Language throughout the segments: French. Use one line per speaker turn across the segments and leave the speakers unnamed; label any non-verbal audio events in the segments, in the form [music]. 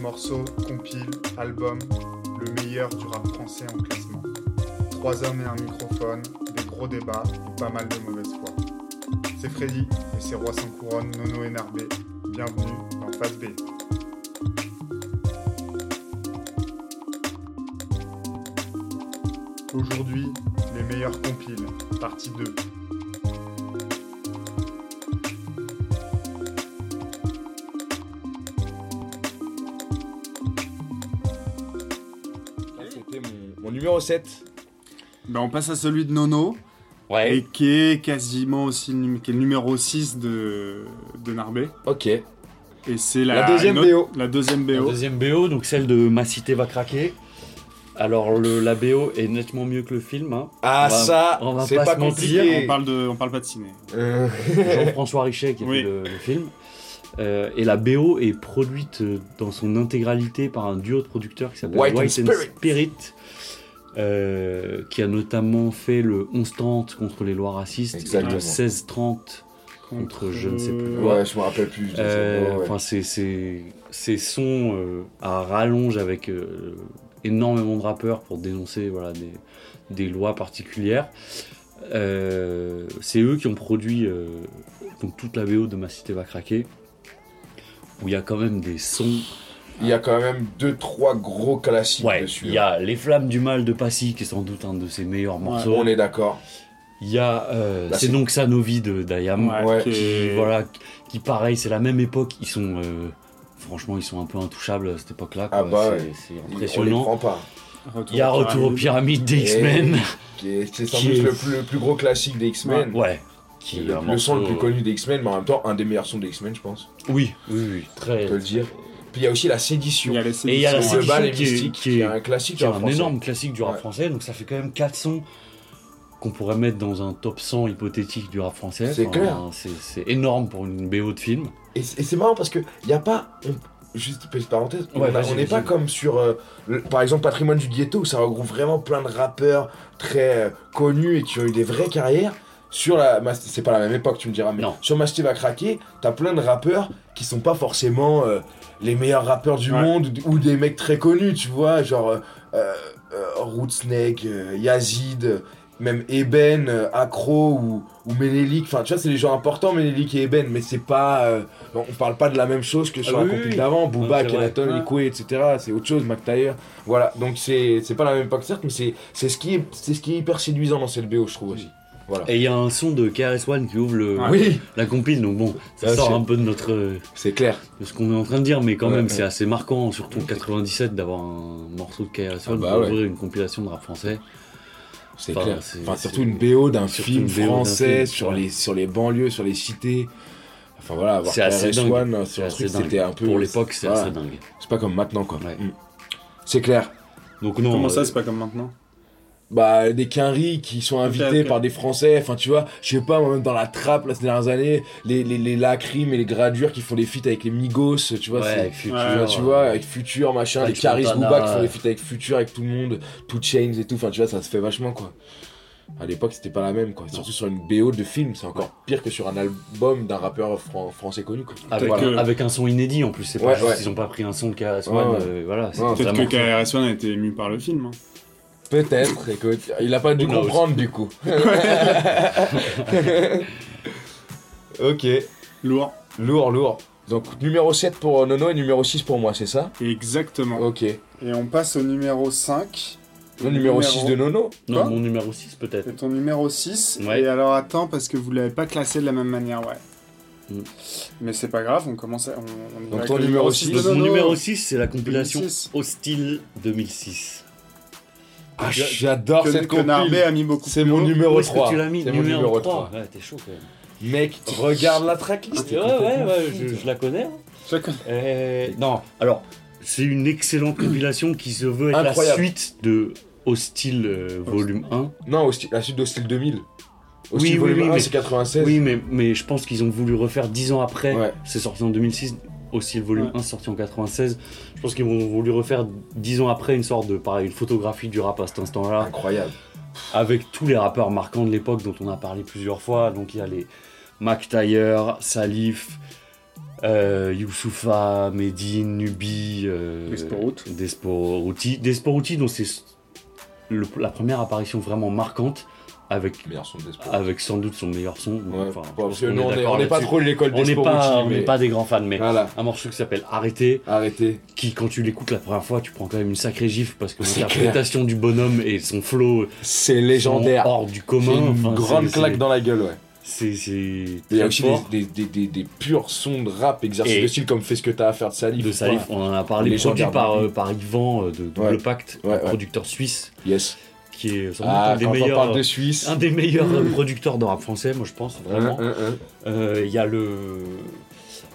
morceaux, compile, album, le meilleur du rap français en classement. Trois hommes et un microphone, des gros débats et pas mal de mauvaise foi. C'est Freddy et c'est Roi sans couronne, Nono et Narbé. Bienvenue dans Face B. Aujourd'hui, les meilleurs compiles, partie 2.
Ça, C'était mon, mon numéro 7.
Ben, on passe à celui de Nono, et qui est quasiment aussi le num- qui est le numéro 6 de, de Narbé.
Ok.
Et c'est la,
La deuxième
une autre-
BO.
La deuxième
La
BO.
deuxième BO, donc celle de Ma Cité va craquer. Alors le, la BO est nettement mieux que le film. hein.
Ah
On va-
ça,
on va
c'est
pas
pas
se mentir,
compliqué.
On parle, de, on parle pas de ciné.
Euh,
Jean-François Richet qui a
Oui.
fait le, le film. Euh, et la BO est produite euh, dans son intégralité par un duo de producteurs qui s'appelle
White
White,
and
and
Spirit.
Spirit, euh, qui a notamment fait le 11-30 contre les lois racistes,
Exactement.
le 16-30 contre je ne sais plus quoi.
ouais, je me rappelle plus. je sais
Euh,
pas, ouais.
Enfin, c'est- c'est ces sons euh, à rallonge avec euh, énormément de rappeurs pour dénoncer voilà, des, des lois particulières. Euh, c'est eux qui ont produit euh, donc toute la BO de Ma Cité va craquer, où il y a quand même des sons.
Il y a quand même deux trois gros classiques
Ouais,
dessus.
il y a Les Flammes du Mal de Passy, qui est sans doute un de ses meilleurs morceaux.
hein. On est d'accord.
Il y a euh,
Là,
C'est
c'est-
donc ça nos vies de d'Ayam.
Ouais,
qui
qui,
est-
voilà, qui pareil, c'est la même époque, ils sont euh, franchement ils sont un peu intouchables à cette époque-là. quoi.
Ah bah,
c'est,
ouais. On
c'est
les
impressionnant.
prend pas.
Retour
Il y a
aux
Retour aux pyramides
Pyramides.
des
Et-
X-Men.
Qui est- C'est sans
Qui
doute
est-
le plus, le plus gros classique des X-Men.
[laughs] Ouais. Qui est
Le,
un
le
morceau- euh.
son le plus connu des X-Men, mais en même temps un des meilleurs sons des X-Men, je pense.
Oui, oui, oui, très.
On peut le dire. Puis il y a aussi la sédition.
Il y a les
Et il y a la
séditions,
Le
sédition
bal est
qui est-
mystique,
qui
qui est
est-
un classique hein,
qui est
en
un
français.
énorme classique du rap
Ouais.
français, donc ça fait quand même 4 sons qu'on pourrait mettre dans un top 100 hypothétique du rap français.
C'est clair.
C'est, c'est énorme pour une BO de film.
Et c'est et c'est marrant parce que il n'y a pas. on- juste petite parenthèse,
Ouais,
on a-
vas-y,
on n'est pas
vas-y.
comme sur. euh, le- par exemple, Patrimoine du Ghetto, où ça regroupe vraiment plein de rappeurs très euh, connus et qui ont eu des vraies carrières. Sur la. ma- C'est pas la même époque, tu me diras, mais
Non.
sur Masté va craquer, t'as plein de rappeurs qui sont pas forcément euh, les meilleurs rappeurs du
Ouais.
monde ou ou des mecs très connus, tu vois, genre euh, euh, euh, Rootsnake, euh, Yazid, euh, même Eben, euh, Acro ou, ou Menelik. Enfin, tu vois, c'est des gens importants, Menelik et Eben, mais c'est pas. euh, on on parle pas de la même chose que sur
Ah
la
oui,
compil
oui.
d'avant,
Ouais,
Booba,
c'est vrai.
Kenaton, Likwe, etc. C'est autre chose, McTyre. Voilà, donc c'est c'est pas la même époque, certes, mais c'est c'est ce, qui est- c'est ce qui est hyper séduisant dans cette BO, je trouve aussi.
Et il y a un son de KRS-One qui ouvre le,
Ouais.
Oui,
la compile, donc bon, ça
Ah,
sort
c'est-
un peu de notre. euh,
c'est clair.
de ce qu'on est en train de dire, mais quand
Ouais,
même,
ouais.
c'est assez marquant, surtout en 97, d'avoir un morceau de KRS-One
Ah bah
pour
ouais.
ouvrir une compilation de rap français.
C'est
Enfin,
clair.
c'est-
Enfin, surtout
c'est-
une BO d'un
surtout
film
une BO d'un
français
film,
sur,
ouais.
les, sur les banlieues, sur les cités. Enfin voilà, avoir
C'est assez dingue.
KRS-One
C'est
euh, sur un
assez
truc,
dingue.
c'était un peu.
Pour l'époque, c'est
voilà.
assez dingue.
C'est pas comme maintenant, quoi.
Ouais.
Mm. C'est clair.
Donc non,
Comment ça,
euh,
c'est pas comme maintenant
Bah, des quinries qui sont invités
ok.
par des Français, enfin tu vois, je sais pas, moi même dans la trappe là, ces dernières années, les, les, les Lacrim et les Gradures qui font des feats avec les Migos, tu vois,
ouais, euh,
c'est-
avec Future,
Tu vois, tu vois, avec Future, machin,
Avec
les Caris
Santana,
Booba qui font
ouais.
des feats avec Future, avec tout le monde, tout Chains et tout, enfin tu vois, ça se fait vachement quoi. À l'époque, c'était pas la même quoi. Surtout sur une BO de film, c'est encore pire que sur un album d'un rappeur fran- français connu quoi.
avec,
Voilà.
un, avec un son inédit en plus, c'est
Ouais,
pas juste
ouais.
ils ont pas pris un son de KRS-One,
Ouais, ouais.
euh, voilà, c'est
Ouais,
Peut-être
vraiment-
que KRS-One a été ému par le film. hein.
Peut-être, écoute, il a pas dû
Who knows
comprendre du coup. [laughs] ok,
Lourd.
lourd, lourd. Donc numéro 7 pour euh, Nono et numéro 6 pour moi, c'est ça
Exactement.
Ok.
Et on passe au numéro 5.
Le numéro 6 de Nono
Non,
Quoi
mon numéro 6 peut-être.
C'est ton numéro 6.
Ouais.
Et alors attends, parce que vous l'avez pas classé de la même manière, ouais.
Mm.
Mais c'est pas grave, on commence à. On, on y
Donc
va
ton
avec le
numéro
six
six.
de
Donc mon
Nono.
numéro 6, c'est la compilation
2006.
Hostile 2006.
Ah, j'adore
Que,
cette
que Narbé
compil.
a mis beaucoup
C'est
plus
mon
haut.
numéro
Où est-ce
3.
que tu l'as mis
C'est mon numéro 3.
Ouais, t'es chaud quand même.
Mec, regarde la tracklist.
Ouais, ouais, ouais, je, je la connais. hein.
Je connais.
Euh, non, alors, c'est une excellente compilation qui se veut être la
Incroyable.
suite de Hostile euh, volume 1.
Non, hostil- la suite d'Hostile 2000.
Oui,
Hostile
oui,
volume
oui,
1,
mais-
c'est 96.
Oui, mais, mais je pense qu'ils ont voulu refaire 10 ans après.
Ouais.
C'est sorti en 2006. Hostile volume
Ouais.
1 sorti en 96. Je pense qu'ils ont voulu refaire 10 ans après une sorte de pareil, une photographie du rap à cet instant-là.
Incroyable.
Avec tous les rappeurs marquants de l'époque dont on a parlé plusieurs fois. Donc il y a les Mac Taylor, Salif, Euh, Youssoufa, Medine, Nubi, euh,
Desporout.
Desporotti. Desporotti, dont c'est le- la première apparition vraiment marquante avec
meilleur son de Despot.
avec sans doute son meilleur son.
Ouais,
Enfin, je
parce
pense
que
qu'on
nous, on est-
d'accord
on n'est pas
là-dessus.
trop l'école
On n'est
des
pas, on
mais...
n'est pas des grands fans, mais
Voilà,
un morceau qui s'appelle Arrêter,
arrêtez.
qui quand tu l'écoutes la première fois, tu prends quand même une sacrée gifle parce que
C'est
l'interprétation du bonhomme et son flow
C'est
sont
légendaire.
hors du
C'est
commun.
une
Enfin,
grande
c'est-
claque dans la gueule, ouais.
C'est c'est
Il y a
très
aussi des,
fort.
des, des, des, des purs sons de rap exercice
Et-
de style comme fais ce que t'as à faire de salif.
de Salif,
Voilà.
on en a parlé,
Les gens
produit par,
regardent.
euh, par Yvan euh, de Double
Ouais.
Pacte,
Ouais,
un
ouais.
producteur suisse,
Yes.
qui est sans doute
Ah,
un des
quand on
meilleurs, euh,
parle de Suisse.
un des meilleurs euh, producteurs de rap français, moi je pense, vraiment.
Hein, hein, hein.
Euh, Il y a le...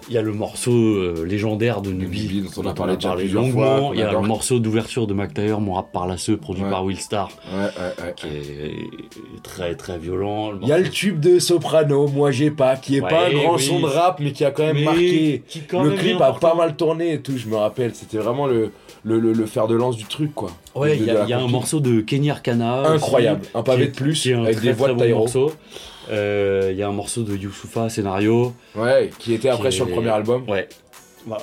Il y a le morceau euh, légendaire de Nubi,
Nubi, dont on a parlé déjà plusieurs
longuement.
fois, qu'on
Il y a le
adore.
morceau d'ouverture de Mac Taylor, Mon rap par la Seu, produit
Ouais.
par Will Star,
Ouais, ouais, ouais.
qui est très très violent. Le
Il y a le
morceau-
tube de Soprano, moi j'ai pas, qui est pas un
Ouais,
grand
oui.
son de rap, mais qui a quand même
Mais
marqué.
qui quand
le
même est
clip a
important.
pas mal tourné et tout, je me rappelle. C'était vraiment le, le, le, le fer de lance du truc, quoi.
Ouais,
de-
il y
de
a,
la
il y a un
compil.
morceau de Kenyar Kana.
Incroyable. Un pavé de plus,
Ah, qui est un
avec
très,
des voix
très
de
bon
Tyro.
morceau. Euh, Il y a un morceau de Youssoufa, scénario.
Ouais, qui était après
Qui
sur le
est-
premier album.
Ouais.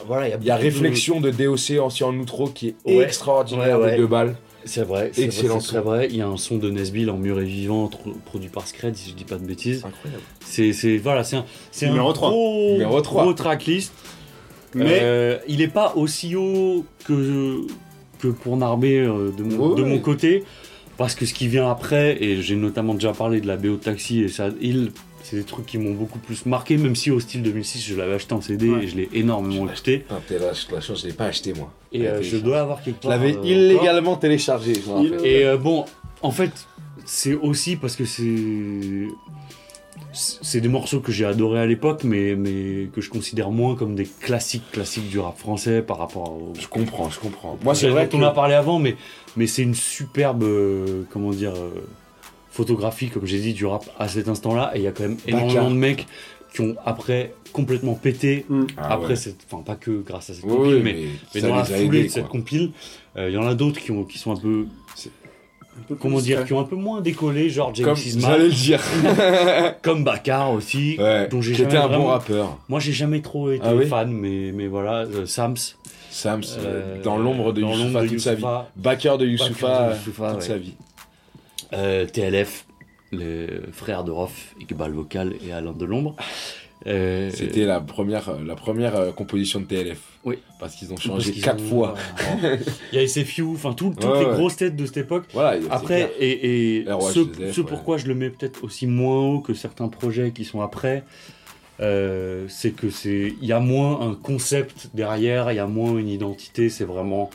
Voilà,
Il y a
beaucoup de-
Réflexion de DOC, ancien outro, qui est
Ouais.
extraordinaire
Ouais, ouais.
de deux balles.
C'est vrai, c'est vrai,
Excellent
c'est très
son.
vrai. Il y a un son de Nesbill en mur et vivant, tr- produit par Scred, si je dis pas de bêtises.
Incroyable.
C'est, c'est, voilà, c'est un, c'est un
Numéro trois.
gros,
Numéro trois.
gros tracklist.
Mais
Euh, il est pas aussi haut que, que pour Narbé euh, de, mon,
Ouais,
de
ouais.
mon côté. Parce que ce qui vient après, et j'ai notamment déjà parlé de la BO de Taxi et ça, il, c'est des trucs qui m'ont beaucoup plus marqué, même si au style 2006, je l'avais acheté en CD
Ouais.
et je l'ai énormément écouté.
Putain, t'es lâche, la chance, je l'ai pas acheté moi.
Et euh, je dois avoir quelque
Je
part.
l'avais
euh, encore.
illégalement téléchargé, je me rappelle.
Et euh, bon, en fait, c'est aussi parce que c'est. C'est des morceaux que j'ai adorés à l'époque, mais, mais que je considère moins comme des classiques classiques du rap français par rapport au.
Je comprends, je comprends. Moi, c'est
dont
vrai qu'on
on a parlé avant, mais, mais c'est une superbe. euh, comment dire. euh, photographie, comme j'ai dit, du rap à cet instant-là. Et il y a quand même
Bacard.
énormément de mecs qui ont après complètement pété.
Ah
après,
ouais.
cette, enfin, pas que grâce à cette
Oui,
compile,
oui,
mais,
mais,
mais
ça
dans la
les a
foulée
aidés,
de cette
quoi.
compile, euh, il y en a d'autres qui, ont- qui sont un peu
hmm, un peu plus
comment dire, qui
discret.
ont un peu moins décollé, genre James
Comme
Isma,
j'allais le dire.
comme Bakar aussi,
ouais.
dont j'ai
Qui
jamais
était un bon
vraiment-
rappeur.
Moi, j'ai jamais trop été
Ah oui
fan, mais, mais voilà, euh, Sams.
Sams, euh,
euh,
dans l'ombre de
dans l'ombre
Youssoufa toute sa vie.
Youssoupha,
Backer de
Backer
Youssoufa
de
euh, toute
Youssoupha, ouais.
sa vie.
euh, TLF, les frères de Roff, Iqbal Vocal et Alain Delombre. Euh,
C'était la première, euh, la première euh, composition de TLF.
Oui.
Parce qu'ils ont
parce
changé
qu'ils
quatre
ont-
fois.
[laughs] Il y a SFU, enfin, tout- toutes
Ouais,
les
ouais.
grosses têtes de cette époque.
Voilà. c'est
Après,
clair.
et, et
ROH,
ce,
Joseph,
ce
ouais.
pourquoi je le mets peut-être aussi moins haut que certains projets qui sont après, euh, c'est que c'est il y a moins un concept derrière, il y a moins une identité, c'est vraiment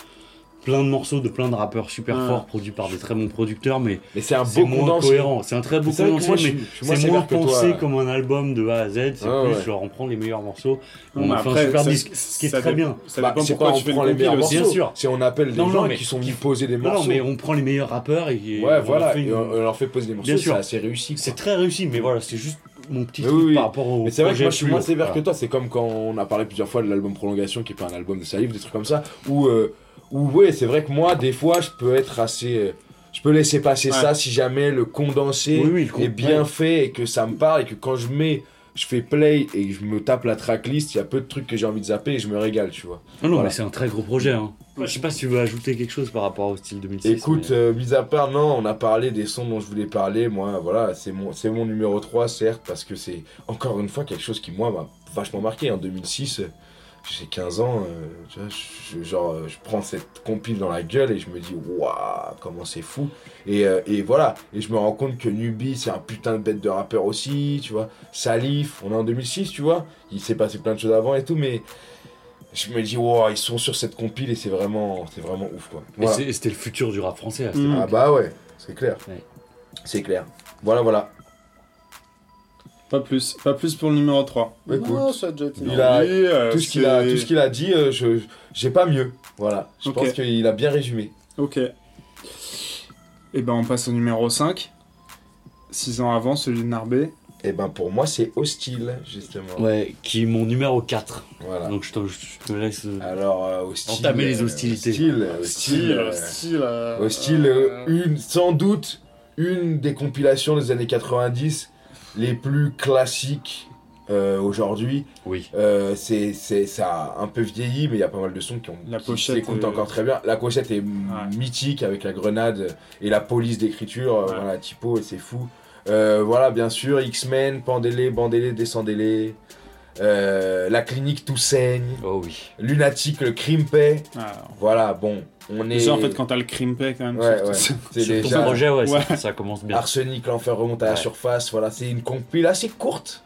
plein de morceaux de plein de rappeurs super
Ouais.
forts produits par des très bons producteurs, mais
Mais c'est un
c'est
beau
moins
condensé.
cohérent. C'est un très beau
C'est vrai que
condensé,
moi, je
mais
suis- je suis
c'est
sévère
moins
que toi,
pensé
ouais.
comme un album de A à Z. C'est
Ouais,
plus
ouais.
genre on prend les meilleurs morceaux,
Non,
on
mais
fait un
après,
super
ça-
disque, ce qui est
ça
très
dé-
bien.
Ça
Bah,
dépend
c'est
pourquoi
pas on
tu fais
prend
le
les meilleurs
compil aussi.
morceaux.
bien sûr.
C'est on appelle des
Non,
gens
non, mais
qui sont
qui-
venus poser des
Non,
morceaux.
mais on prend les meilleurs rappeurs et, et on
Ouais,
leur
voilà.
fait une-
Et on, on leur fait poser des morceaux.
Bien sûr.
C'est assez réussi. quoi.
C'est très réussi, mais voilà, c'est juste mon petit
Mais
truc
oui, oui.
par rapport au.
Mais c'est vrai que
projet
moi je suis
plus
moins
haut.
sévère
Voilà.
que toi, c'est comme quand on a parlé plusieurs fois de l'album Prolongation qui est pas un album de Salif, des trucs comme ça, où, euh, où ouais, c'est vrai que moi des fois je peux être assez. euh, Je peux laisser passer
Ouais.
ça si jamais le condensé
Oui, oui, le
est
con-
bien
ouais.
fait et que ça me parle et que quand je mets. Je fais play et je me tape la tracklist, il y a peu de trucs que j'ai envie de zapper et je me régale, tu vois.
Non, non,
Voilà.
mais c'est un très gros projet. Hein. Je sais pas si tu veux ajouter quelque chose par rapport au style 2006.
Écoute,
mais-
euh, mis à part, non, on a parlé des sons dont je voulais parler. Moi, voilà, c'est mon, c'est mon numéro 3, certes, parce que c'est encore une fois quelque chose qui, moi, m'a vachement marqué. En 2006, euh, j'ai 15 ans, euh, tu vois, je, je- genre, euh, je prends cette compile dans la gueule et je me dis, waouh, comment c'est fou. Et, euh, et voilà, et je me rends compte que Nubi, c'est un putain de bête de rappeur aussi, tu vois. Salif, on est en 2006, tu vois. Il s'est passé plein de choses avant et tout, mais. Je me dis, waouh, ils sont sur cette compile et c'est vraiment, c'est vraiment ouf quoi.
Et
Voilà.
c'est- C'était le futur du rap français. hein, à cette
Mm.
époque.
Ah bah ouais, c'est clair.
Ouais.
C'est clair. Voilà, voilà.
Pas plus. Pas plus pour le numéro 3.
Bah,
Écoute,
ça a déjà été
il
dit,
a-
euh,
tout ce qu'il
c'est-
a, tout ce qu'il a dit, euh, je, j'ai pas mieux. Voilà. Je
Ok.
pense qu'il a bien résumé.
Ok. Et ben on passe au numéro 5. 6 ans avant, celui de Narbé.
Et ben pour moi, c'est hostile justement.
Ouais, qui est mon numéro 4.
Voilà.
Donc je te, je te laisse. euh,
Alors euh, hostile.
Entamer les
euh,
hostilités.
Hostile, euh, hostile. euh,
style. euh,
hostile, euh,
euh,
une, sans doute une des compilations des années 90 les plus classiques euh, aujourd'hui.
Oui.
Euh, c'est, c'est, ça a un peu vieilli, mais il y a pas mal de sons qui, ont,
La
qui
pochette
s'écoutent
est-
encore très bien. La pochette est m-
Ouais.
mythique avec la grenade et la police d'écriture. euh,
Ouais.
Voilà, typo, c'est fou. Euh, voilà, bien sûr, X-Men, pendez-les, bandez-les, descendez-les. Euh, la clinique tout saigne.
Oh oui.
Lunatique, le crime paix.
Ah,
Voilà, bon, on est.
Déjà, en fait, quand t'as le crimpé, quand même,
Ouais,
[laughs]
surtout,
ouais.
c'est-
c'est
Sur ton
déjà-
projet, ouais, ça- Ça,
Ouais.
commence bien.
Arsenic, l'enfer remonte à la
Ouais.
surface. Voilà, c'est une compile assez courte,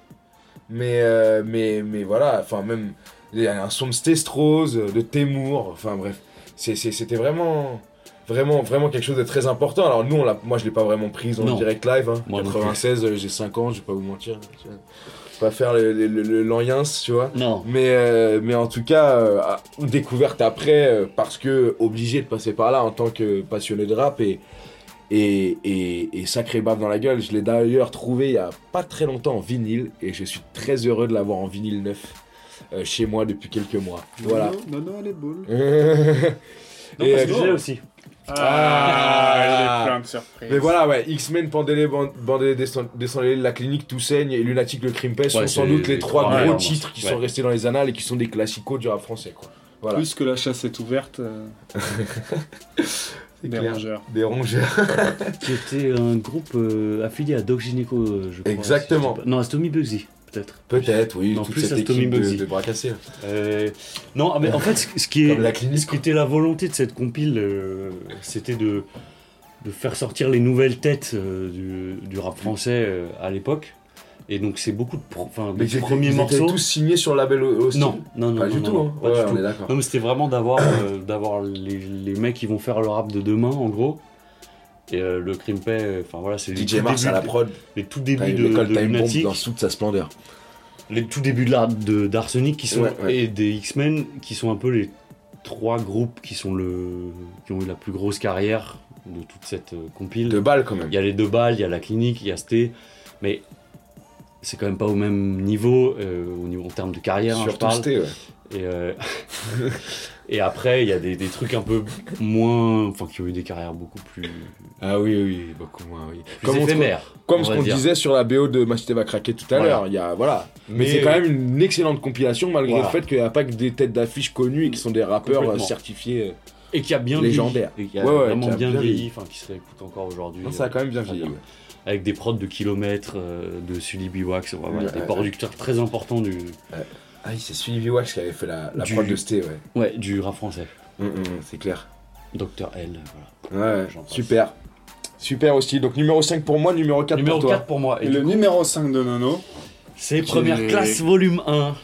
mais euh, mais mais voilà, enfin même il y a un son de Stestrose, de Témour, enfin bref, c'est- c'est- c'était vraiment vraiment vraiment quelque chose de très important. Alors nous, on l'a- moi je l'ai pas vraiment prise en
Non.
direct live. Hein.
Moi non
96, euh, j'ai 5 ans, je vais pas vous mentir, je vais pas faire le, le, le- le l'enhien, tu vois.
Non.
Mais, euh, mais en tout cas, euh, à- découverte après, euh, parce que obligé de passer par là en tant que passionné de rap et, et, et, et sacré bave dans la gueule. Je l'ai d'ailleurs trouvé il y a pas très longtemps en vinyle et je suis très heureux de l'avoir en vinyle neuf euh, chez moi depuis quelques mois. [laughs] Voilà.
Non, non, non, elle est boule.
Non,
Et,
parce que
euh,
j'ai aussi.
Ah.
Ah, j'ai plein de surprises.
mais voilà, ouais, X-Men, Pandélé, Ban- Bandélé, Descend- Descendez, La Clinique, Tout saigne et Lunatic le Crime Pest
Ouais,
sont sans
c'est
doute les
les
trois
trois
gros
meilleurs
titres qui sont
morceaux. Ouais.
restés dans les annales et qui sont des classicos du rap français, quoi. Voilà.
Plus que la chasse est ouverte, euh, des rongeurs.
Des rongeurs.
Qui était un groupe euh, affilié à Doc Gynéco, euh, je crois.
Exactement.
si je dis pas- Non, à Stomy Bugsy, peut-être.
Peut-être, oui.
En
toute
plus,
cette
ça se
équipe
domine
de,
Bugsy.
de bras cassés.
Euh, non, ah, mais en fait, ce ce qui, est,
Comme la clinique,
ce qui était la volonté de cette compile, euh, c'était de, de faire sortir les nouvelles têtes euh, du, du rap français euh, à l'époque. Et donc, c'est beaucoup de, pro- enfin, des premiers morceaux.
tous signés sur le label aussi
Non, non, non,
pas
non,
du
non,
tout.
non,
hein.
pas
Ouais,
du
on
tout.
est d'accord.
Non, mais c'était vraiment d'avoir euh, d'avoir les, les mecs qui vont faire le rap de demain, en gros. Et euh, le Crimpay, euh, enfin voilà, c'est les
DJ
tout
Mars à
débuts
la
de-
prod,
les tout
t'as
débuts
une-
de,
l'école
de
t'as une bombe
Lunatic,
dans toute sa splendeur.
les tout débuts de la- de- d'Arsenic qui sont
Ouais, ouais.
et des X-Men qui sont un peu les trois groupes qui sont le qui ont eu la plus grosse carrière de toute cette euh, compile.
Deux balles quand même.
Il y a les deux balles, il y a la clinique, il y a Sté, mais c'est quand même pas au même niveau euh, au niveau en termes de carrière. hein, je
Surtout
parle.
c'était, ouais. [laughs]
Et, euh, et après, il y a des, des trucs un peu moins. Enfin, qui ont eu des carrières beaucoup plus,
Ah oui, oui, beaucoup moins, oui.
plus
Comme, on-
éphémères.
comme
on
ce
va
qu'on
dire.
disait sur la BO de Machete va craquer tout à
Voilà.
l'heure, il y a, voilà. Mais,
Mais-
c'est quand même une excellente compilation malgré
Voilà.
le fait qu'il n'y a pas que des têtes d'affiches connues et qui sont des rappeurs euh,
Complètement.
certifiés.
Et qui a bien
légendaire.
vieilli. Et qui a
Ouais, ouais,
vraiment
qui a
bien
bien
vieilli,
vieilli.
enfin, qui se réécoute encore aujourd'hui.
Non, ça a quand même bien vieilli.
Voilà.
ouais.
Avec des prods de kilomètres, euh, de Sully Biwax, voilà,
Ouais,
des
ouais.
producteurs très importants du,
Ah oui, c'est Sully Wax qui avait fait la, la
Du-
prod de Sté, ouais.
ouais, du rap français.
Hum, hum, c'est clair.
Dr. L, voilà.
Ouais,
J'en passe.
super. Super aussi. Donc numéro 5 pour moi, numéro 4
Numéro
pour toi.
4 pour moi. Et
Et le
du coup,
numéro 5 de Nono,
c'est
qui
Première
est-
Classe Volume 1.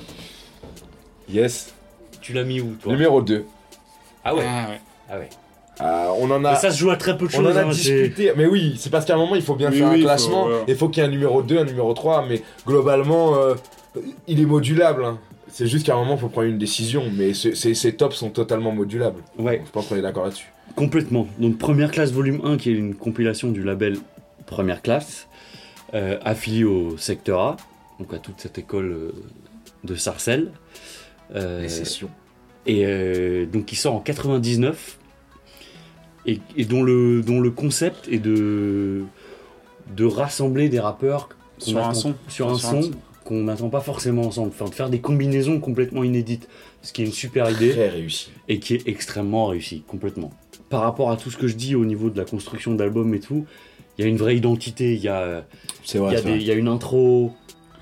Yes.
Tu l'as mis où, toi
Numéro 2.
Ah ouais.
Ah ouais.
Ah ouais.
Ah, on en
Mais
a
ça se joue à très peu de
on
choses.
en a
hein, c'est-
discuté. Mais oui, c'est parce qu'à un moment, il faut bien
Oui,
faire
oui,
un
faut-
classement.
voilà.
Il faut qu'il y ait un numéro 2, un numéro 3. Mais globalement, euh, il est modulable. hein. C'est juste qu'à un moment, il faut prendre une décision. Mais ce- ces, ces tops sont totalement modulables.
Ouais.
Je pense qu'on est d'accord là-dessus.
Complètement. Donc Première Classe Volume 1, qui est une compilation du label Première Classe, euh, affilié au secteur A, donc à toute cette école euh, de Sarcelles. Euh, et euh, donc qui sort en 99, et, et dont, le, dont le concept est de, de rassembler des rappeurs qu'on
Sur un
attend-
son.
sur un
Sur
son
un son.
qu'on n'attend pas forcément ensemble, enfin de faire des combinaisons complètement inédites, ce qui est une super idée
Très réussi.
et qui est extrêmement réussi, complètement. Par rapport à tout ce que je dis au niveau de la construction d'album et tout, il y a une vraie identité, il y a,
C'est
il y
vrai.
a
c'est
des- il y a une intro,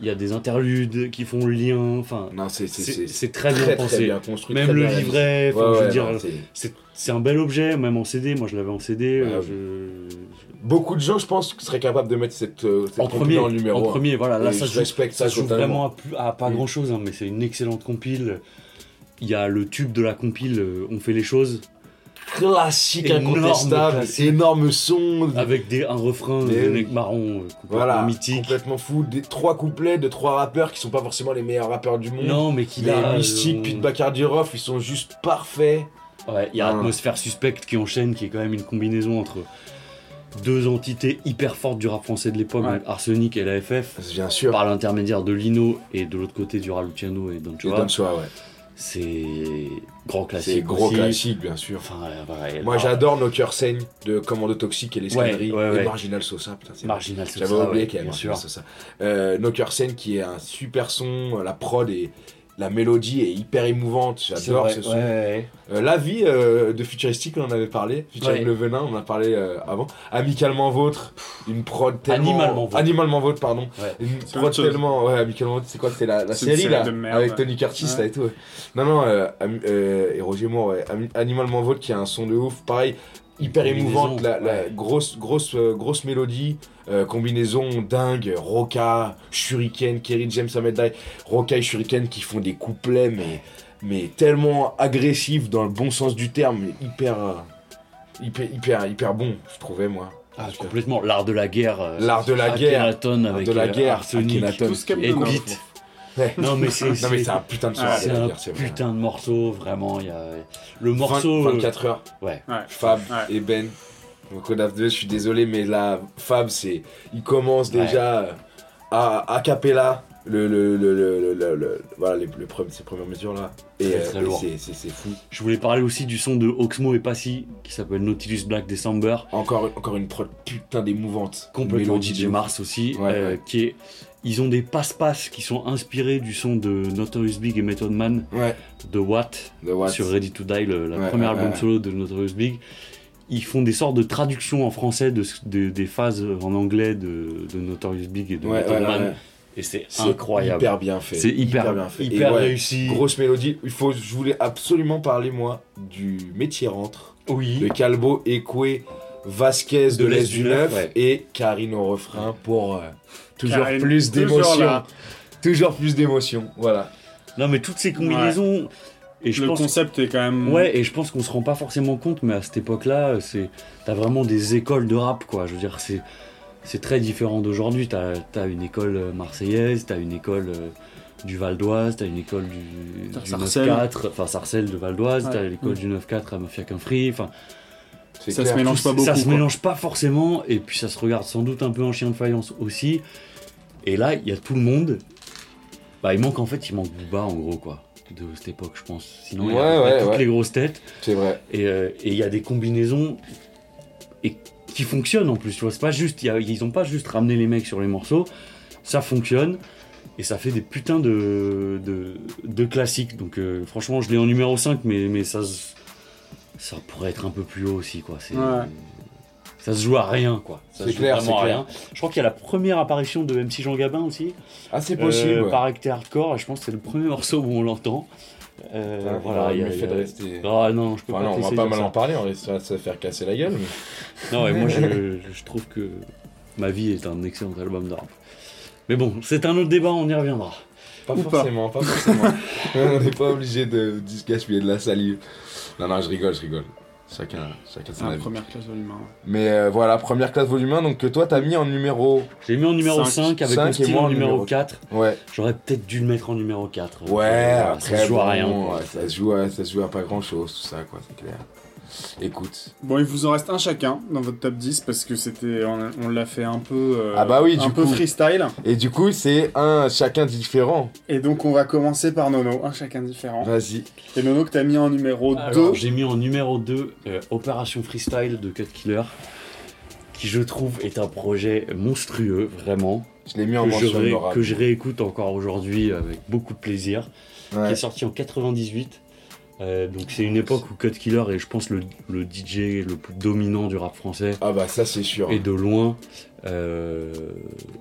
il y a des interludes qui font le lien, enfin,
vrai. Non, c'est c'est-
c'est
c'est
c'est très bien
très, très
pensé.
bien construit.
Même
très
le
bien réalisé.
livret, enfin,
Ouais,
je veux
ouais,
dire,
non, c'est-
c'est- c'est un bel objet, même en CD, moi je l'avais en CD.
Ouais,
euh,
ouais.
je-
Beaucoup de gens, je pense, seraient capables de mettre cette, euh, cette
En
compilée
premier,
en numéro
en
un.
premier, voilà, là
Et
ça
je
se joue
respecte ça,
ça se joue
totalement.
vraiment à, plus- à pas
Mm.
grand chose, mais c'est une excellente compile. Il y a le tube de la compile, euh, on fait les choses,
Classique,
Énorme
incontestable,
classique.
énorme son.
avec des, un refrain
Mais
de
oui.
Nec Marron euh, complètement
Voilà,
mythique.
complètement fou. Des trois couplets de trois rappeurs qui sont pas forcément les meilleurs rappeurs du monde.
Non, mais qu'il
mais
a.
Mystique,
euh,
puis de Bacardi Roth, ils sont juste parfaits.
Ouais, il y a
Ah.
Atmosphère Suspecte qui enchaîne, qui est quand même une combinaison entre deux entités hyper fortes du rap français de l'époque,
Ouais.
donc Arsenic et la FF,
Bien sûr.
par l'intermédiaire de Lino et de l'autre côté du Raluciano et Don
Et
Chua.
Don Chua, ouais.
c'est grand classique.
C'est gros
aussi.
classique, bien sûr.
Enfin, euh, pareil,
Moi,
alors,
j'adore Nos cœurs saignent de Commando Toxique et l'escadrille
Ouais, ouais,
et
ouais.
Marginal Sosa. Putain, c'est
Marginal Sosa.
J'avais oublié
ouais,
qu'il y avait
bien
Marginal
sûr.
Sosa. Euh, No Cure Sen qui est un super son, euh, la prod et la mélodie est hyper émouvante.
C'est
J'adore
vrai,
ce son.
ouais, ouais,
Euh, la vie euh, de Futuristique, on en avait parlé. Futuristique
Ouais.
le venin, on en a parlé euh, avant. Amicalement vôtre, une prod tellement.
Animalement Vôtre.
Animalement vôtre, pardon.
Ouais.
Une
C'est
prod
autre chose.
tellement. Ouais, Amicalement vôtre, c'est quoi C'est la, la
C'est une
série
série
là
de merde.
Avec Tony Curtis
Ouais.
là et tout. ouais. Non, non, euh, Ami- euh, et Roger Moore, ouais. Ami- Animalement vôtre qui a un son de ouf. Pareil, hyper
Combinaison,
émouvante, la, la
ouais.
grosse, grosse, euh, grosse mélodie. euh, combinaison dingue, Roca, Shuriken, Kerry James Amedai, Roca et Shuriken qui font des couplets, mais mais tellement agressif dans le bon sens du terme, mais hyper, euh, hyper, hyper, hyper bon, je trouvais moi.
Ah, complètement. L'art de la guerre. euh,
L'art de la guerre.
Akhenaton
L'art
avec
de la
euh,
guerre,
Arsenic.
Akhenaton.
Tout ce qu'elle me
Et
donne,
Beat.
hein.
Ouais.
Non, mais c'est.
[laughs] Non mais c'est un putain de soirée,
c'est
la
un
guerre, c'est vrai.
putain de morceau, vraiment. Il y a... Le
20
morceau. euh,
24 heures,
Ouais.
Ouais.
Fab
Ouais.
et Ben. Donc on a deux, je suis désolé, mais là, Fab, c'est, il commence
Ouais.
déjà euh, à, à cappella. Le, le, le, le, le, le- le- voilà, les, le pre- ces premières mesures là. Et,
Très,
euh,
très
et
lourd.
c'est- c'est c'est fou.
Je voulais parler aussi du son de Oxmo et Passy qui s'appelle Nautilus Black December.
Encore, encore une prod putain d'émouvante.
Complètement
Mélodie
DJ
de ouf.
Mars aussi.
Ouais,
euh,
ouais.
Qui est... Ils ont des passe-passe qui sont inspirés du son de Notorious Big et Method Man
Ouais,
de Watt.
The What.
sur Ready to Die, le, la
Ouais,
première
ouais,
album
ouais.
solo de Notorious Big, ils font des sortes de traductions en français de, ce- de- des phases en anglais de, de Notorious Big et de
Ouais,
Method
ouais, ouais,
Man,
ouais.
et c'est
C'est
incroyable.
Hyper bien fait.
C'est hyper, hyper,
bien fait. Et ouais,
réussi.
Grosse mélodie. Il faut, je voulais absolument parler, moi, du métier rentre.
oui.
De Calbo, Ekwe, Vasquez de,
De l'Est
l'Est du
du
Neuf
Neuf, ouais.
et Karine au refrain pour euh, toujours
Karine,
plus
toujours
d'émotion.
là.
Toujours plus d'émotion. Voilà.
Non, mais toutes ces combinaisons. Et je
Le
pense.
concept est quand même.
Ouais, et je pense qu'on se rend pas forcément compte, mais à cette époque-là, c'est t'as vraiment des écoles de rap, quoi. Je veux dire, c'est c'est très différent d'aujourd'hui. T'as as une école euh, marseillaise, t'as une école euh, du Val d'Oise, t'as une école du,
T'as
du
Sarcelles.
9-4, enfin Sarcelles de Val d'Oise,
Ouais.
t'as l'école du
Mm.
9-4 à Mafia Qu'un Free. Enfin,
C'est
Ça
clair.
se mélange
tout-
pas beaucoup.
ça se
quoi.
mélange pas forcément, et puis ça se regarde sans doute un peu en chien de faïence aussi. Et là, il y a tout le monde. Bah, il manque en fait, il manque Booba en gros, quoi, de cette époque, je pense. Sinon, il y a à peu
Ouais,
près
ouais,
toutes
ouais.
les grosses têtes.
C'est vrai.
Et euh, et il y a des combinaisons et qui fonctionnent en plus. Tu vois, c'est pas juste, il y a- ils ont pas juste ramené les mecs sur les morceaux, ça fonctionne et ça fait des putains de, de, de classiques. Donc euh, franchement, je l'ai en numéro 5, mais, mais ça, se- ça pourrait être un peu plus haut aussi. Quoi. C'est-
Ouais.
Ça se joue à rien, quoi. Ça
C'est
se joue
clair,
vraiment
c'est
à
clair.
rien. Je crois qu'il y a la première apparition de MC Jean Gabin aussi,
Ah, c'est
euh,
possible.
par Acté Hardcore, et je pense que c'est le premier morceau où on l'entend. Euh,
Putain,
voilà,
il
il y a-
me fait de rester.
Ah non, je peux
Enfin,
pas
non, on va
te laisser
pas
dire
mal
ça.
en parler, on risque de se faire casser la gueule. mais-
Non, et moi je, je trouve que Ma vie est un excellent album de rap. Mais bon, c'est un autre débat, on y reviendra.
Pas
Ou pas.
forcément, pas,
[laughs]
forcément. on n'est pas obligé de, de se gaspiller de la salive. Non, non, je rigole, je rigole. Chacun, chacun son
Ah,
avis.
première classe volume 1.
Mais euh, voilà, première classe volume 1, donc que toi t'as mis en numéro.
J'ai mis en numéro
Cinq.
5, avec
Cinq
mon
et
style
moi en
en numéro
numéro
4.
Ouais,
J'aurais peut-être dû le mettre en numéro 4.
ouais,
euh, ça
après,
se joue
bon,
à rien. quoi.
ouais, ça, se joue à, ça se joue à pas grand chose, tout ça, quoi, c'est clair. Écoute.
Bon, il vous en reste un chacun dans votre top 10 parce que c'était. On, on l'a fait un peu. euh,
Ah bah oui,
Un
du
peu
coup.
freestyle.
Et du coup, c'est un chacun différent.
Et donc, on va commencer par Nono, un chacun différent.
Vas-y.
Et Nono que t'as mis en numéro
Alors,
2.
J'ai mis en numéro 2 euh, Opération Freestyle de Cut Killer, qui je trouve est un projet monstrueux, vraiment,
Je l'ai mis en
que je,
mention
ré-
honorable.
que je réécoute encore aujourd'hui avec beaucoup de plaisir. qui
Ouais.
est sorti en 98. Euh, donc c'est une époque où Cut Killer est, je pense, le, le DJ le plus dominant du rap français.
Ah bah ça, c'est sûr.
Et de loin, euh,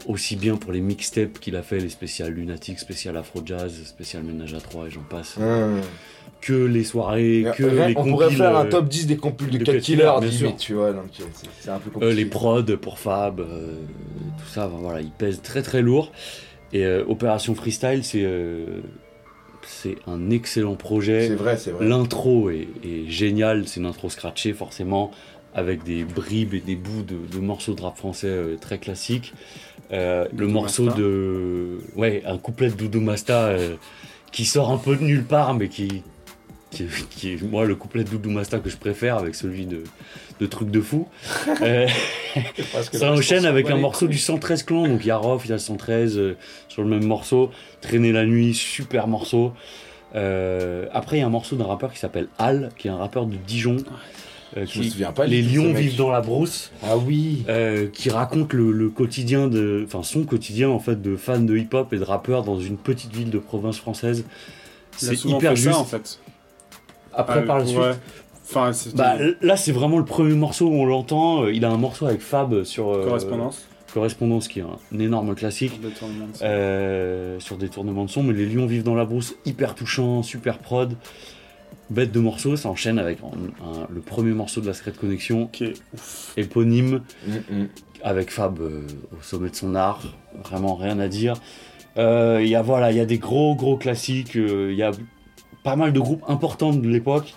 aussi bien pour les mixtapes qu'il a fait, les spéciales Lunatic, spéciales Afro Jazz, spéciales Ménage à 3 et j'en passe,
Hum.
que les soirées, que
Rien-
les
on pourrait
compiles,
faire un
euh,
top 10 des compiles de
de
Cut
Cut
Killer,
Killer, bien
limite,
sûr.
tu vois, donc euh, c'est- c'est un peu compliqué.
Euh, les prods pour Fab, euh, tout ça, ben voilà, il pèse très très lourd. Et euh, Opération Freestyle, c'est euh, c'est un excellent projet.
C'est vrai, c'est vrai.
L'intro est, est géniale, c'est une intro scratchée forcément, avec des bribes et des bouts de, de morceaux de rap français euh, très classiques. Euh, le
Doudou
morceau
Masta.
de... Ouais, un couplet de Doudou Masta euh, qui sort un peu de nulle part, mais qui, qui, qui est, moi, le couplet de Doudou Masta que je préfère avec celui de, de Truc de Fou. Euh,
Parce que
ça
là, je
enchaîne
pense
avec
qu'on
un
va
morceau
les-
du 113 clan, donc il y a Rof, il y a 113 euh, sur le même morceau, Traîner la nuit, super morceau. Euh, après, il y a un morceau d'un rappeur qui s'appelle Al, qui est un rappeur de Dijon. euh,
Je me
qui,
souviens pas.
les
du tout de ce
lions
mec.
vivent dans la brousse,
Ah oui.
euh, qui raconte le, le quotidien de, enfin son quotidien en fait de fan de hip-hop et de rappeur dans une petite ville de province française.
Il a
C'est
souvent
hyper
fait
juste.
ça en fait.
Après,
Euh,
Ah,
par la suite,
ouais. Enfin, c'est
Bah,
une
l- là, c'est vraiment le premier morceau où on l'entend. Euh, Il a un morceau avec Fab sur euh,
correspondance.
Correspondance, qui est un énorme classique,
de Tour du Monde.
euh, sur des tournements de son. Mais Les Lions vivent dans la brousse, hyper touchant, super prod. Bête de morceaux, ça enchaîne avec un- un- le premier morceau de la Secret Connexion,
Qui est ouf.
éponyme,
Mm, mm.
avec Fab euh, au sommet de son art. Vraiment rien à dire. Euh, Il y a voilà, il y a des gros gros classiques. euh, Il y a pas mal de groupes importants de l'époque.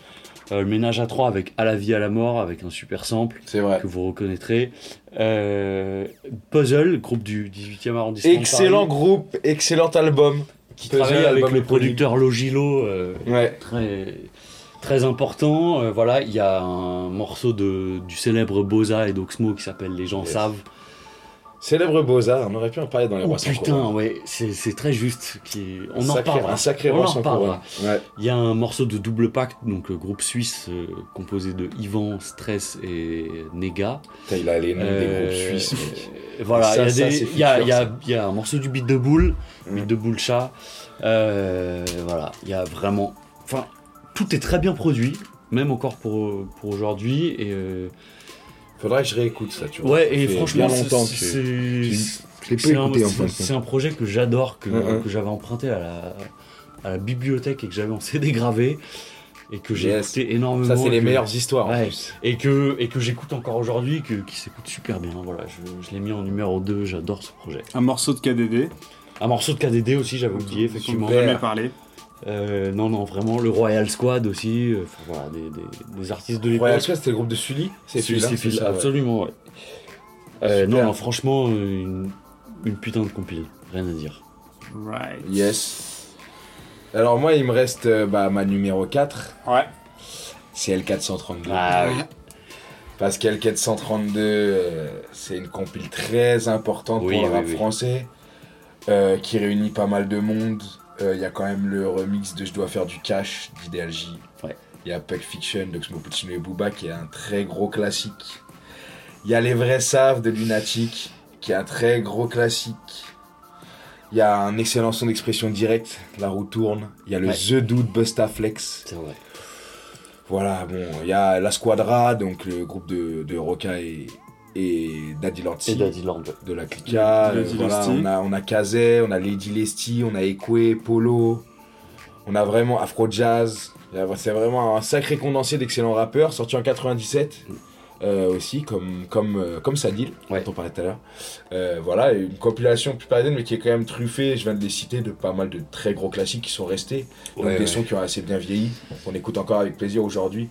Euh, le ménage à trois avec À la vie à la mort, avec un super sample
C'est vrai.
que vous reconnaîtrez. Euh, Puzzle, groupe du 18e arrondissement. de
Excellent
Paris,
groupe, excellent album.
qui
Puzzle,
travaille avec
album
le
éponyme.
producteur Logilo, euh,
Ouais.
très, très important. Euh, voilà, il y a un morceau de, du célèbre Boza et d'Oxmo qui s'appelle Les gens
Yes.
savent.
Célèbre Beaux-Arts, on aurait pu en parler dans les
Oh
rois sans
putain,
couronne.
ouais, c'est c'est très juste. Qui,
Un
on en
sacré-
parle.
Un sacré
on
roi
en
sans
reparlera.
couronne. Ouais.
Il y a un morceau de double pacte, donc le groupe suisse euh, composé de Yvan, Stress et Nega.
Putain, il a les noms des
Euh,
groupes suisses. mec.
euh, Voilà,
Ça,
il y,
ça,
a des-
c'est
il y a-
futur,
il y a-
ça.
il y a un morceau du beat de boule,
Mm.
beat de boule chat. Euh, voilà, il y a vraiment. Enfin, tout est très bien produit, même encore pour, pour aujourd'hui. Et euh,
Faudrait que je réécoute ça, tu vois.
ouais,
Ça
et
fait
franchement,
bien
c'est-
longtemps que
c'est-
je-
c'est-
je l'ai pas
c'est un,
écouté en
c'est-
fait.
c'est un projet que j'adore, que,
Mm, mm.
que j'avais emprunté à la, à la bibliothèque et que j'avais en [laughs] CD gravé. Et que j'ai
Yes.
écouté énormément.
Ça, c'est les
que-
meilleures histoires.
Ouais.
En plus.
et que, et que j'écoute encore aujourd'hui, que- qui s'écoute super bien. Voilà, je, je l'ai mis en numéro 2, j'adore ce projet.
Un morceau de KDD.
Un morceau de KDD aussi, j'avais oublié, effectivement.
On en a jamais parlé.
Euh, non, non, vraiment, le Royal Squad aussi, euh, enfin, voilà, des, des- des artistes de
Royal
l'époque.
Squad, c'était le groupe de Sully. C'est
Celui-
celui-là.
c'est
c'est
Phil,
ça, ouais.
absolument, ouais. Euh, non,
Super.
non, franchement, euh, une, une putain de compil, rien à dire.
Right.
Yes. Alors, moi, il me reste euh, bah, ma numéro 4.
Ouais.
C'est L432.
Ah oui.
Parce qu'L 432, euh, c'est une compile très importante
Oui,
pour le
oui,
rap
oui.
français, euh, qui réunit pas mal de monde. Euh, Il y a quand même le remix de Je dois faire du cash d'Ideal J. Il
Ouais.
y a Puck Fiction de Xmo Puccino et Booba, qui est un très gros classique. Il y a Les Vrais Saves de Lunatic, qui est un très gros classique. Il y a un excellent son d'expression directe, La roue tourne. Il y a le
Ouais.
The Dude Bustaflex.
C'est vrai.
Voilà, bon, il y a La Squadra, donc le groupe de, de Roca et, et Daddy Lortzi,
Et Daddy Lord.
de la Clica.
Lady
euh, voilà,
Lesty.
on a, on a Kazé, on a Lady Lesty, on a Ekwe, Polo, on a vraiment Afro Jazz. Il y a- C'est vraiment un sacré condensé d'excellents rappeurs, sorti en 97. euh, aussi comme comme euh, comme Sadil
Ouais.
dont on parlait tout à l'heure Euh, voilà et une compilation plus parisienne mais qui est quand même truffée je viens de les citer de pas mal de très gros classiques qui sont restés donc des sons qui ont assez bien vieilli, qu'on écoute encore avec plaisir aujourd'hui.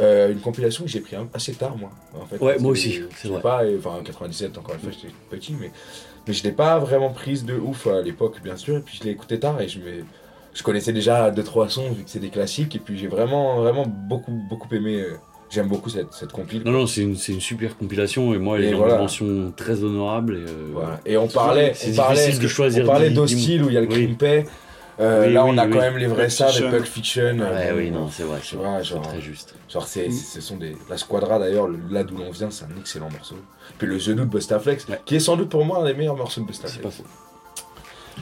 Euh, une compilation que j'ai pris un- assez tard, moi. En fait,
Ouais, moi
C'est-
aussi,
je
c'est
l'ai
vrai.
Pas, et- enfin, en 97, encore une fois, j'étais petit, mais, mais je l'ai pas vraiment prise de ouf à l'époque, bien sûr. Et puis je l'ai écouté tard et je me. Je connaissais déjà deux trois sons vu que c'est des classiques et puis j'ai vraiment vraiment beaucoup beaucoup aimé. euh, J'aime beaucoup cette, cette compile.
Non, non, c'est une, c'est une super compilation, et moi,
Et
il y a une
voilà.
mention très honorable. Et, euh,
Voilà. Et on parlait,
C'est
on
difficile
parlait,
de choisir
on parlait
des-
d'hostile où il y a le
Oui.
Crimpay. Euh,
Oui,
là,
oui,
on a
oui.
quand même les vrais
Pulp
saves et
Fiction.
Pulp Fiction.
Ouais,
Euh,
oui, non, c'est vrai, c'est
tu vois,
c'est
genre-
très juste.
Genre, c'est,
Mm.
ce sont des. La Squadra, d'ailleurs, le- là d'où l'on vient, c'est un excellent morceau. Puis le The Doute Bustaflex,
Ouais.
qui est sans doute pour moi un des meilleurs morceaux de
C'est pas
Bustaflex.
faux.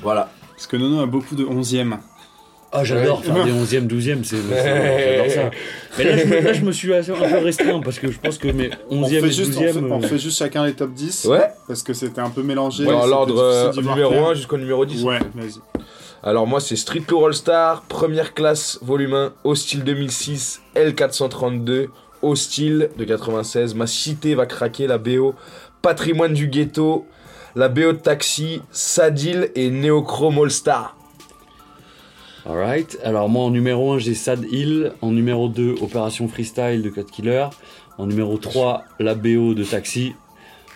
Voilà.
Parce que Nono a beaucoup de 11e.
Ah, j'adore
Ouais.
faire des 11e, 12e, c'est. c'est- J'adore ça. Mais là je, me, là, je me suis assez- un peu restreint parce que je pense que mes 11e
On
et
fait, juste, on,
12e.
fait, on
euh,
fait juste chacun les top 10.
Ouais,
Parce que c'était un peu mélangé.
dans
c'était
l'ordre
difficile
euh,
d'y voir
numéro
clair.
1 jusqu'au numéro 10.
Ouais, vas-y.
[laughs] Alors, moi, c'est Street Tour All Star, première classe, volume 1, Hostile 2006, L432, Hostile de 96, Ma Cité va craquer, la BO, Patrimoine du Ghetto, la BO de Taxi, Sadil et Neochrome All Star.
Alright. Alors, moi, en numéro 1, j'ai Sad Hill. En numéro 2, Opération Freestyle de Cut Killer. En numéro 3, la BO de Taxi.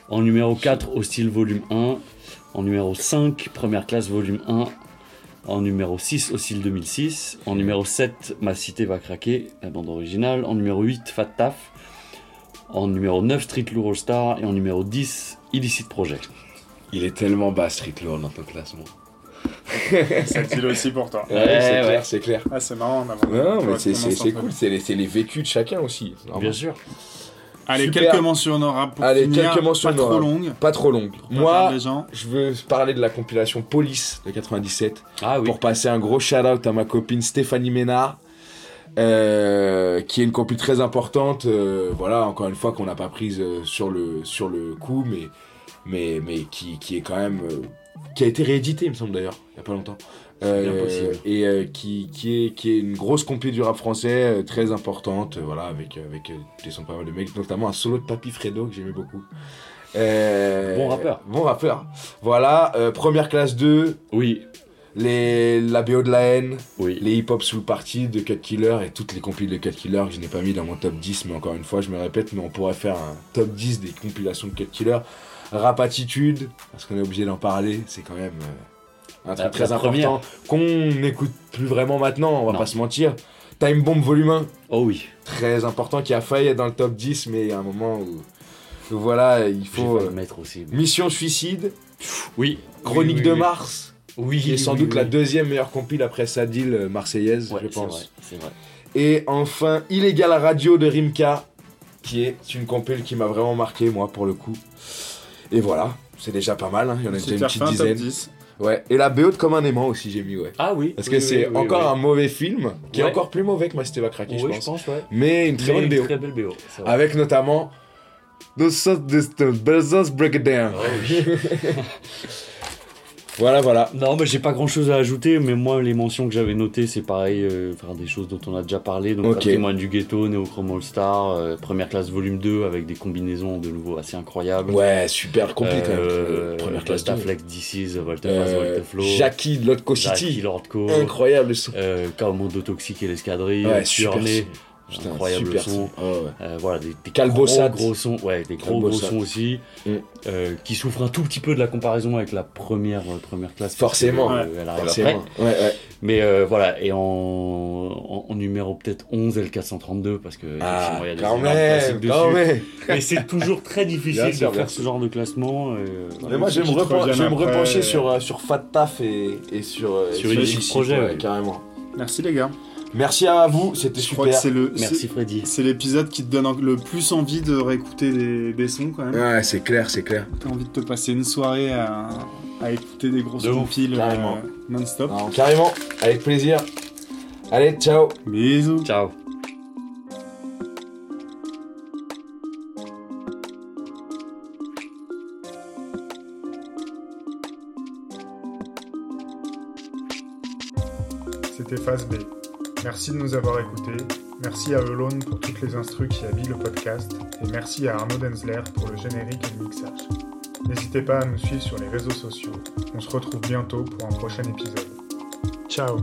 En numéro 4, Hostile Volume 1. En numéro 5, Première Classe Volume 1. En numéro 6, Hostile 2006. En numéro 7, Ma Cité va craquer, la bande originale. En numéro 8, Fat Taf. En numéro 9, Street Lourd All Star. Et en numéro 10, Illicit Project.
Il est tellement bas Street Lord dans ton classement.
Ça te dit aussi pour toi.
Ouais,
Ouais,
c'est
ouais.
clair, c'est clair.
Ah, c'est marrant en avant.
Non, mais c'est- c'est c'est cool, c'est les, c'est les vécus de chacun aussi. Alors,
Bien sûr.
Allez,
Super.
quelques mentions honorables pour
Allez,
finir.
quelques mentions
Pas trop
honorables.
longues.
Pas trop longue.
pour pas perdre
Moi,
les gens.
je veux parler de la compilation Police de 97
Ah oui.
pour passer un gros shout-out à ma copine Stéphanie Ménard. euh, qui est une compil très importante, euh, voilà, encore une fois qu'on n'a pas prise euh, sur le sur le coup, mais mais mais qui, qui est quand même euh, qui a été réédité, il me semble d'ailleurs, il y a pas longtemps,
bien
Euh,
possible.
et euh, qui qui est qui est une grosse compil du rap français euh, très importante, euh, voilà, avec avec euh, des sons pas mal de mecs, notamment un solo de Papy Fredo que j'aimais beaucoup. Euh,
Bon rappeur.
Bon rappeur. Voilà, euh, première classe 2,
Oui,
les, la BO de la haine,
oui.
les hip-hop sous le parti de Cut Killer et toutes les compiles de Cut Killer que je n'ai pas mis dans mon top 10, mais encore une fois, je me répète, mais on pourrait faire un top 10 des compilations de Cut Killer. Rap Attitude, parce qu'on est obligé d'en parler, c'est quand même euh, un truc
La-
très
la
important qu'on n'écoute plus vraiment maintenant, on va
Non.
pas se mentir. Time Bomb Volume 1,
Oh oui.
très important, qui a failli être dans le top 10, mais il y a un moment où, où voilà, il
Faut
faut.
le
euh,
mettre aussi.
Mission Suicide,
Oui.
Chronique
Oui, oui,
de
oui.
Mars,
Oui.
qui est sans
oui,
doute
oui.
la deuxième meilleure compile après Sadil euh, marseillaise,
Ouais,
je
c'est
pense.
vrai, c'est vrai.
Et enfin, Illégal Radio de Rimka, qui est une compile qui m'a vraiment marqué, moi, pour le coup. Et voilà, c'est déjà pas mal, hein, il y en a déjà une
Super
petite
fin, top
dizaine.
10.
Ouais. Et la BO de Comme un aimant aussi, j'ai mis, ouais.
Ah oui.
Parce
oui,
que
oui,
c'est
oui,
encore
oui.
un mauvais film, qui
Ouais.
est encore plus mauvais que Ma Cité va craquer,
Oui,
je
je
pense.
pense, ouais.
Mais une très
Mais
bonne
une
BO. Ah
Très belle BO. c'est vrai.
Avec notamment. The Sauce de Bezos Break It Down.
Ouais, Ah oui. [laughs]
Voilà, voilà.
Non, mais j'ai pas grand chose à ajouter, mais moi, les mentions que j'avais notées, c'est pareil, euh, enfin, des choses dont on a déjà parlé. Donc,
Ok.
Patrimoine du Ghetto, Néochrome All Star, euh, Première Classe Volume 2, avec des combinaisons de nouveau assez incroyables.
Ouais, super compliqué quand même.
Euh,
Première classe
Delta
deux.
Flex, This is, Volta Fast,
Euh,
Volta Flow.
Jackie de Lotco
Jackie
City.
Lordco.
Incroyable le son.
Euh, Commando Toxique et l'escadrille.
Ouais,
euh,
super
Hurley,
son. Putain,
incroyable
super
son.
son. Ah Ouais, ouais.
euh, voilà, des, des
Calbo
gros,
Sat.
gros sons, ouais, des gros,
Calbo
gros
Sat.
sons aussi,
Mm.
euh, qui souffrent un tout petit peu de la comparaison avec la première, euh, première classe. parce que,
Forcément.
euh, elle arrive
Forcément.
après.
Ouais, ouais.
Mais euh, voilà, et en, en, en numéro peut-être 11 L432, parce que
Ah,
effectivement, il y a des
quand
énormes
même,
classiques
quand
dessus.
même.
Mais c'est toujours très difficile
Bien
de
sûr, bien
faire ce genre de classement. euh, voilà.
Mais moi, je vais me
Qui te
repen-
reviennent
je vais me
après.
repencher sur, euh, sur Fat Taf et, et sur, euh,
Sur
et
Illicit
Illicit,
Projet,
ouais,
ouais.
carrément.
Merci les gars.
Merci à vous, c'était
Je crois que
super.
c'est le.
Merci Freddy.
c'est- C'est l'épisode qui te donne en- le plus envie de réécouter des, des sons quand même.
Ouais, c'est clair, c'est clair.
T'as envie de te passer une soirée à, à écouter des grosses
De ouf,
compiles
carrément.
euh, non-stop.
Alors, carrément, avec plaisir. Allez, ciao.
Bisous.
Ciao.
C'était Phase B. Merci de nous avoir écoutés. Merci à Elone pour toutes les instrus qui habillent le podcast. Et merci à Arnaud Denzler pour le générique et le mixage. N'hésitez pas à nous suivre sur les réseaux sociaux. On se retrouve bientôt pour un prochain épisode. Ciao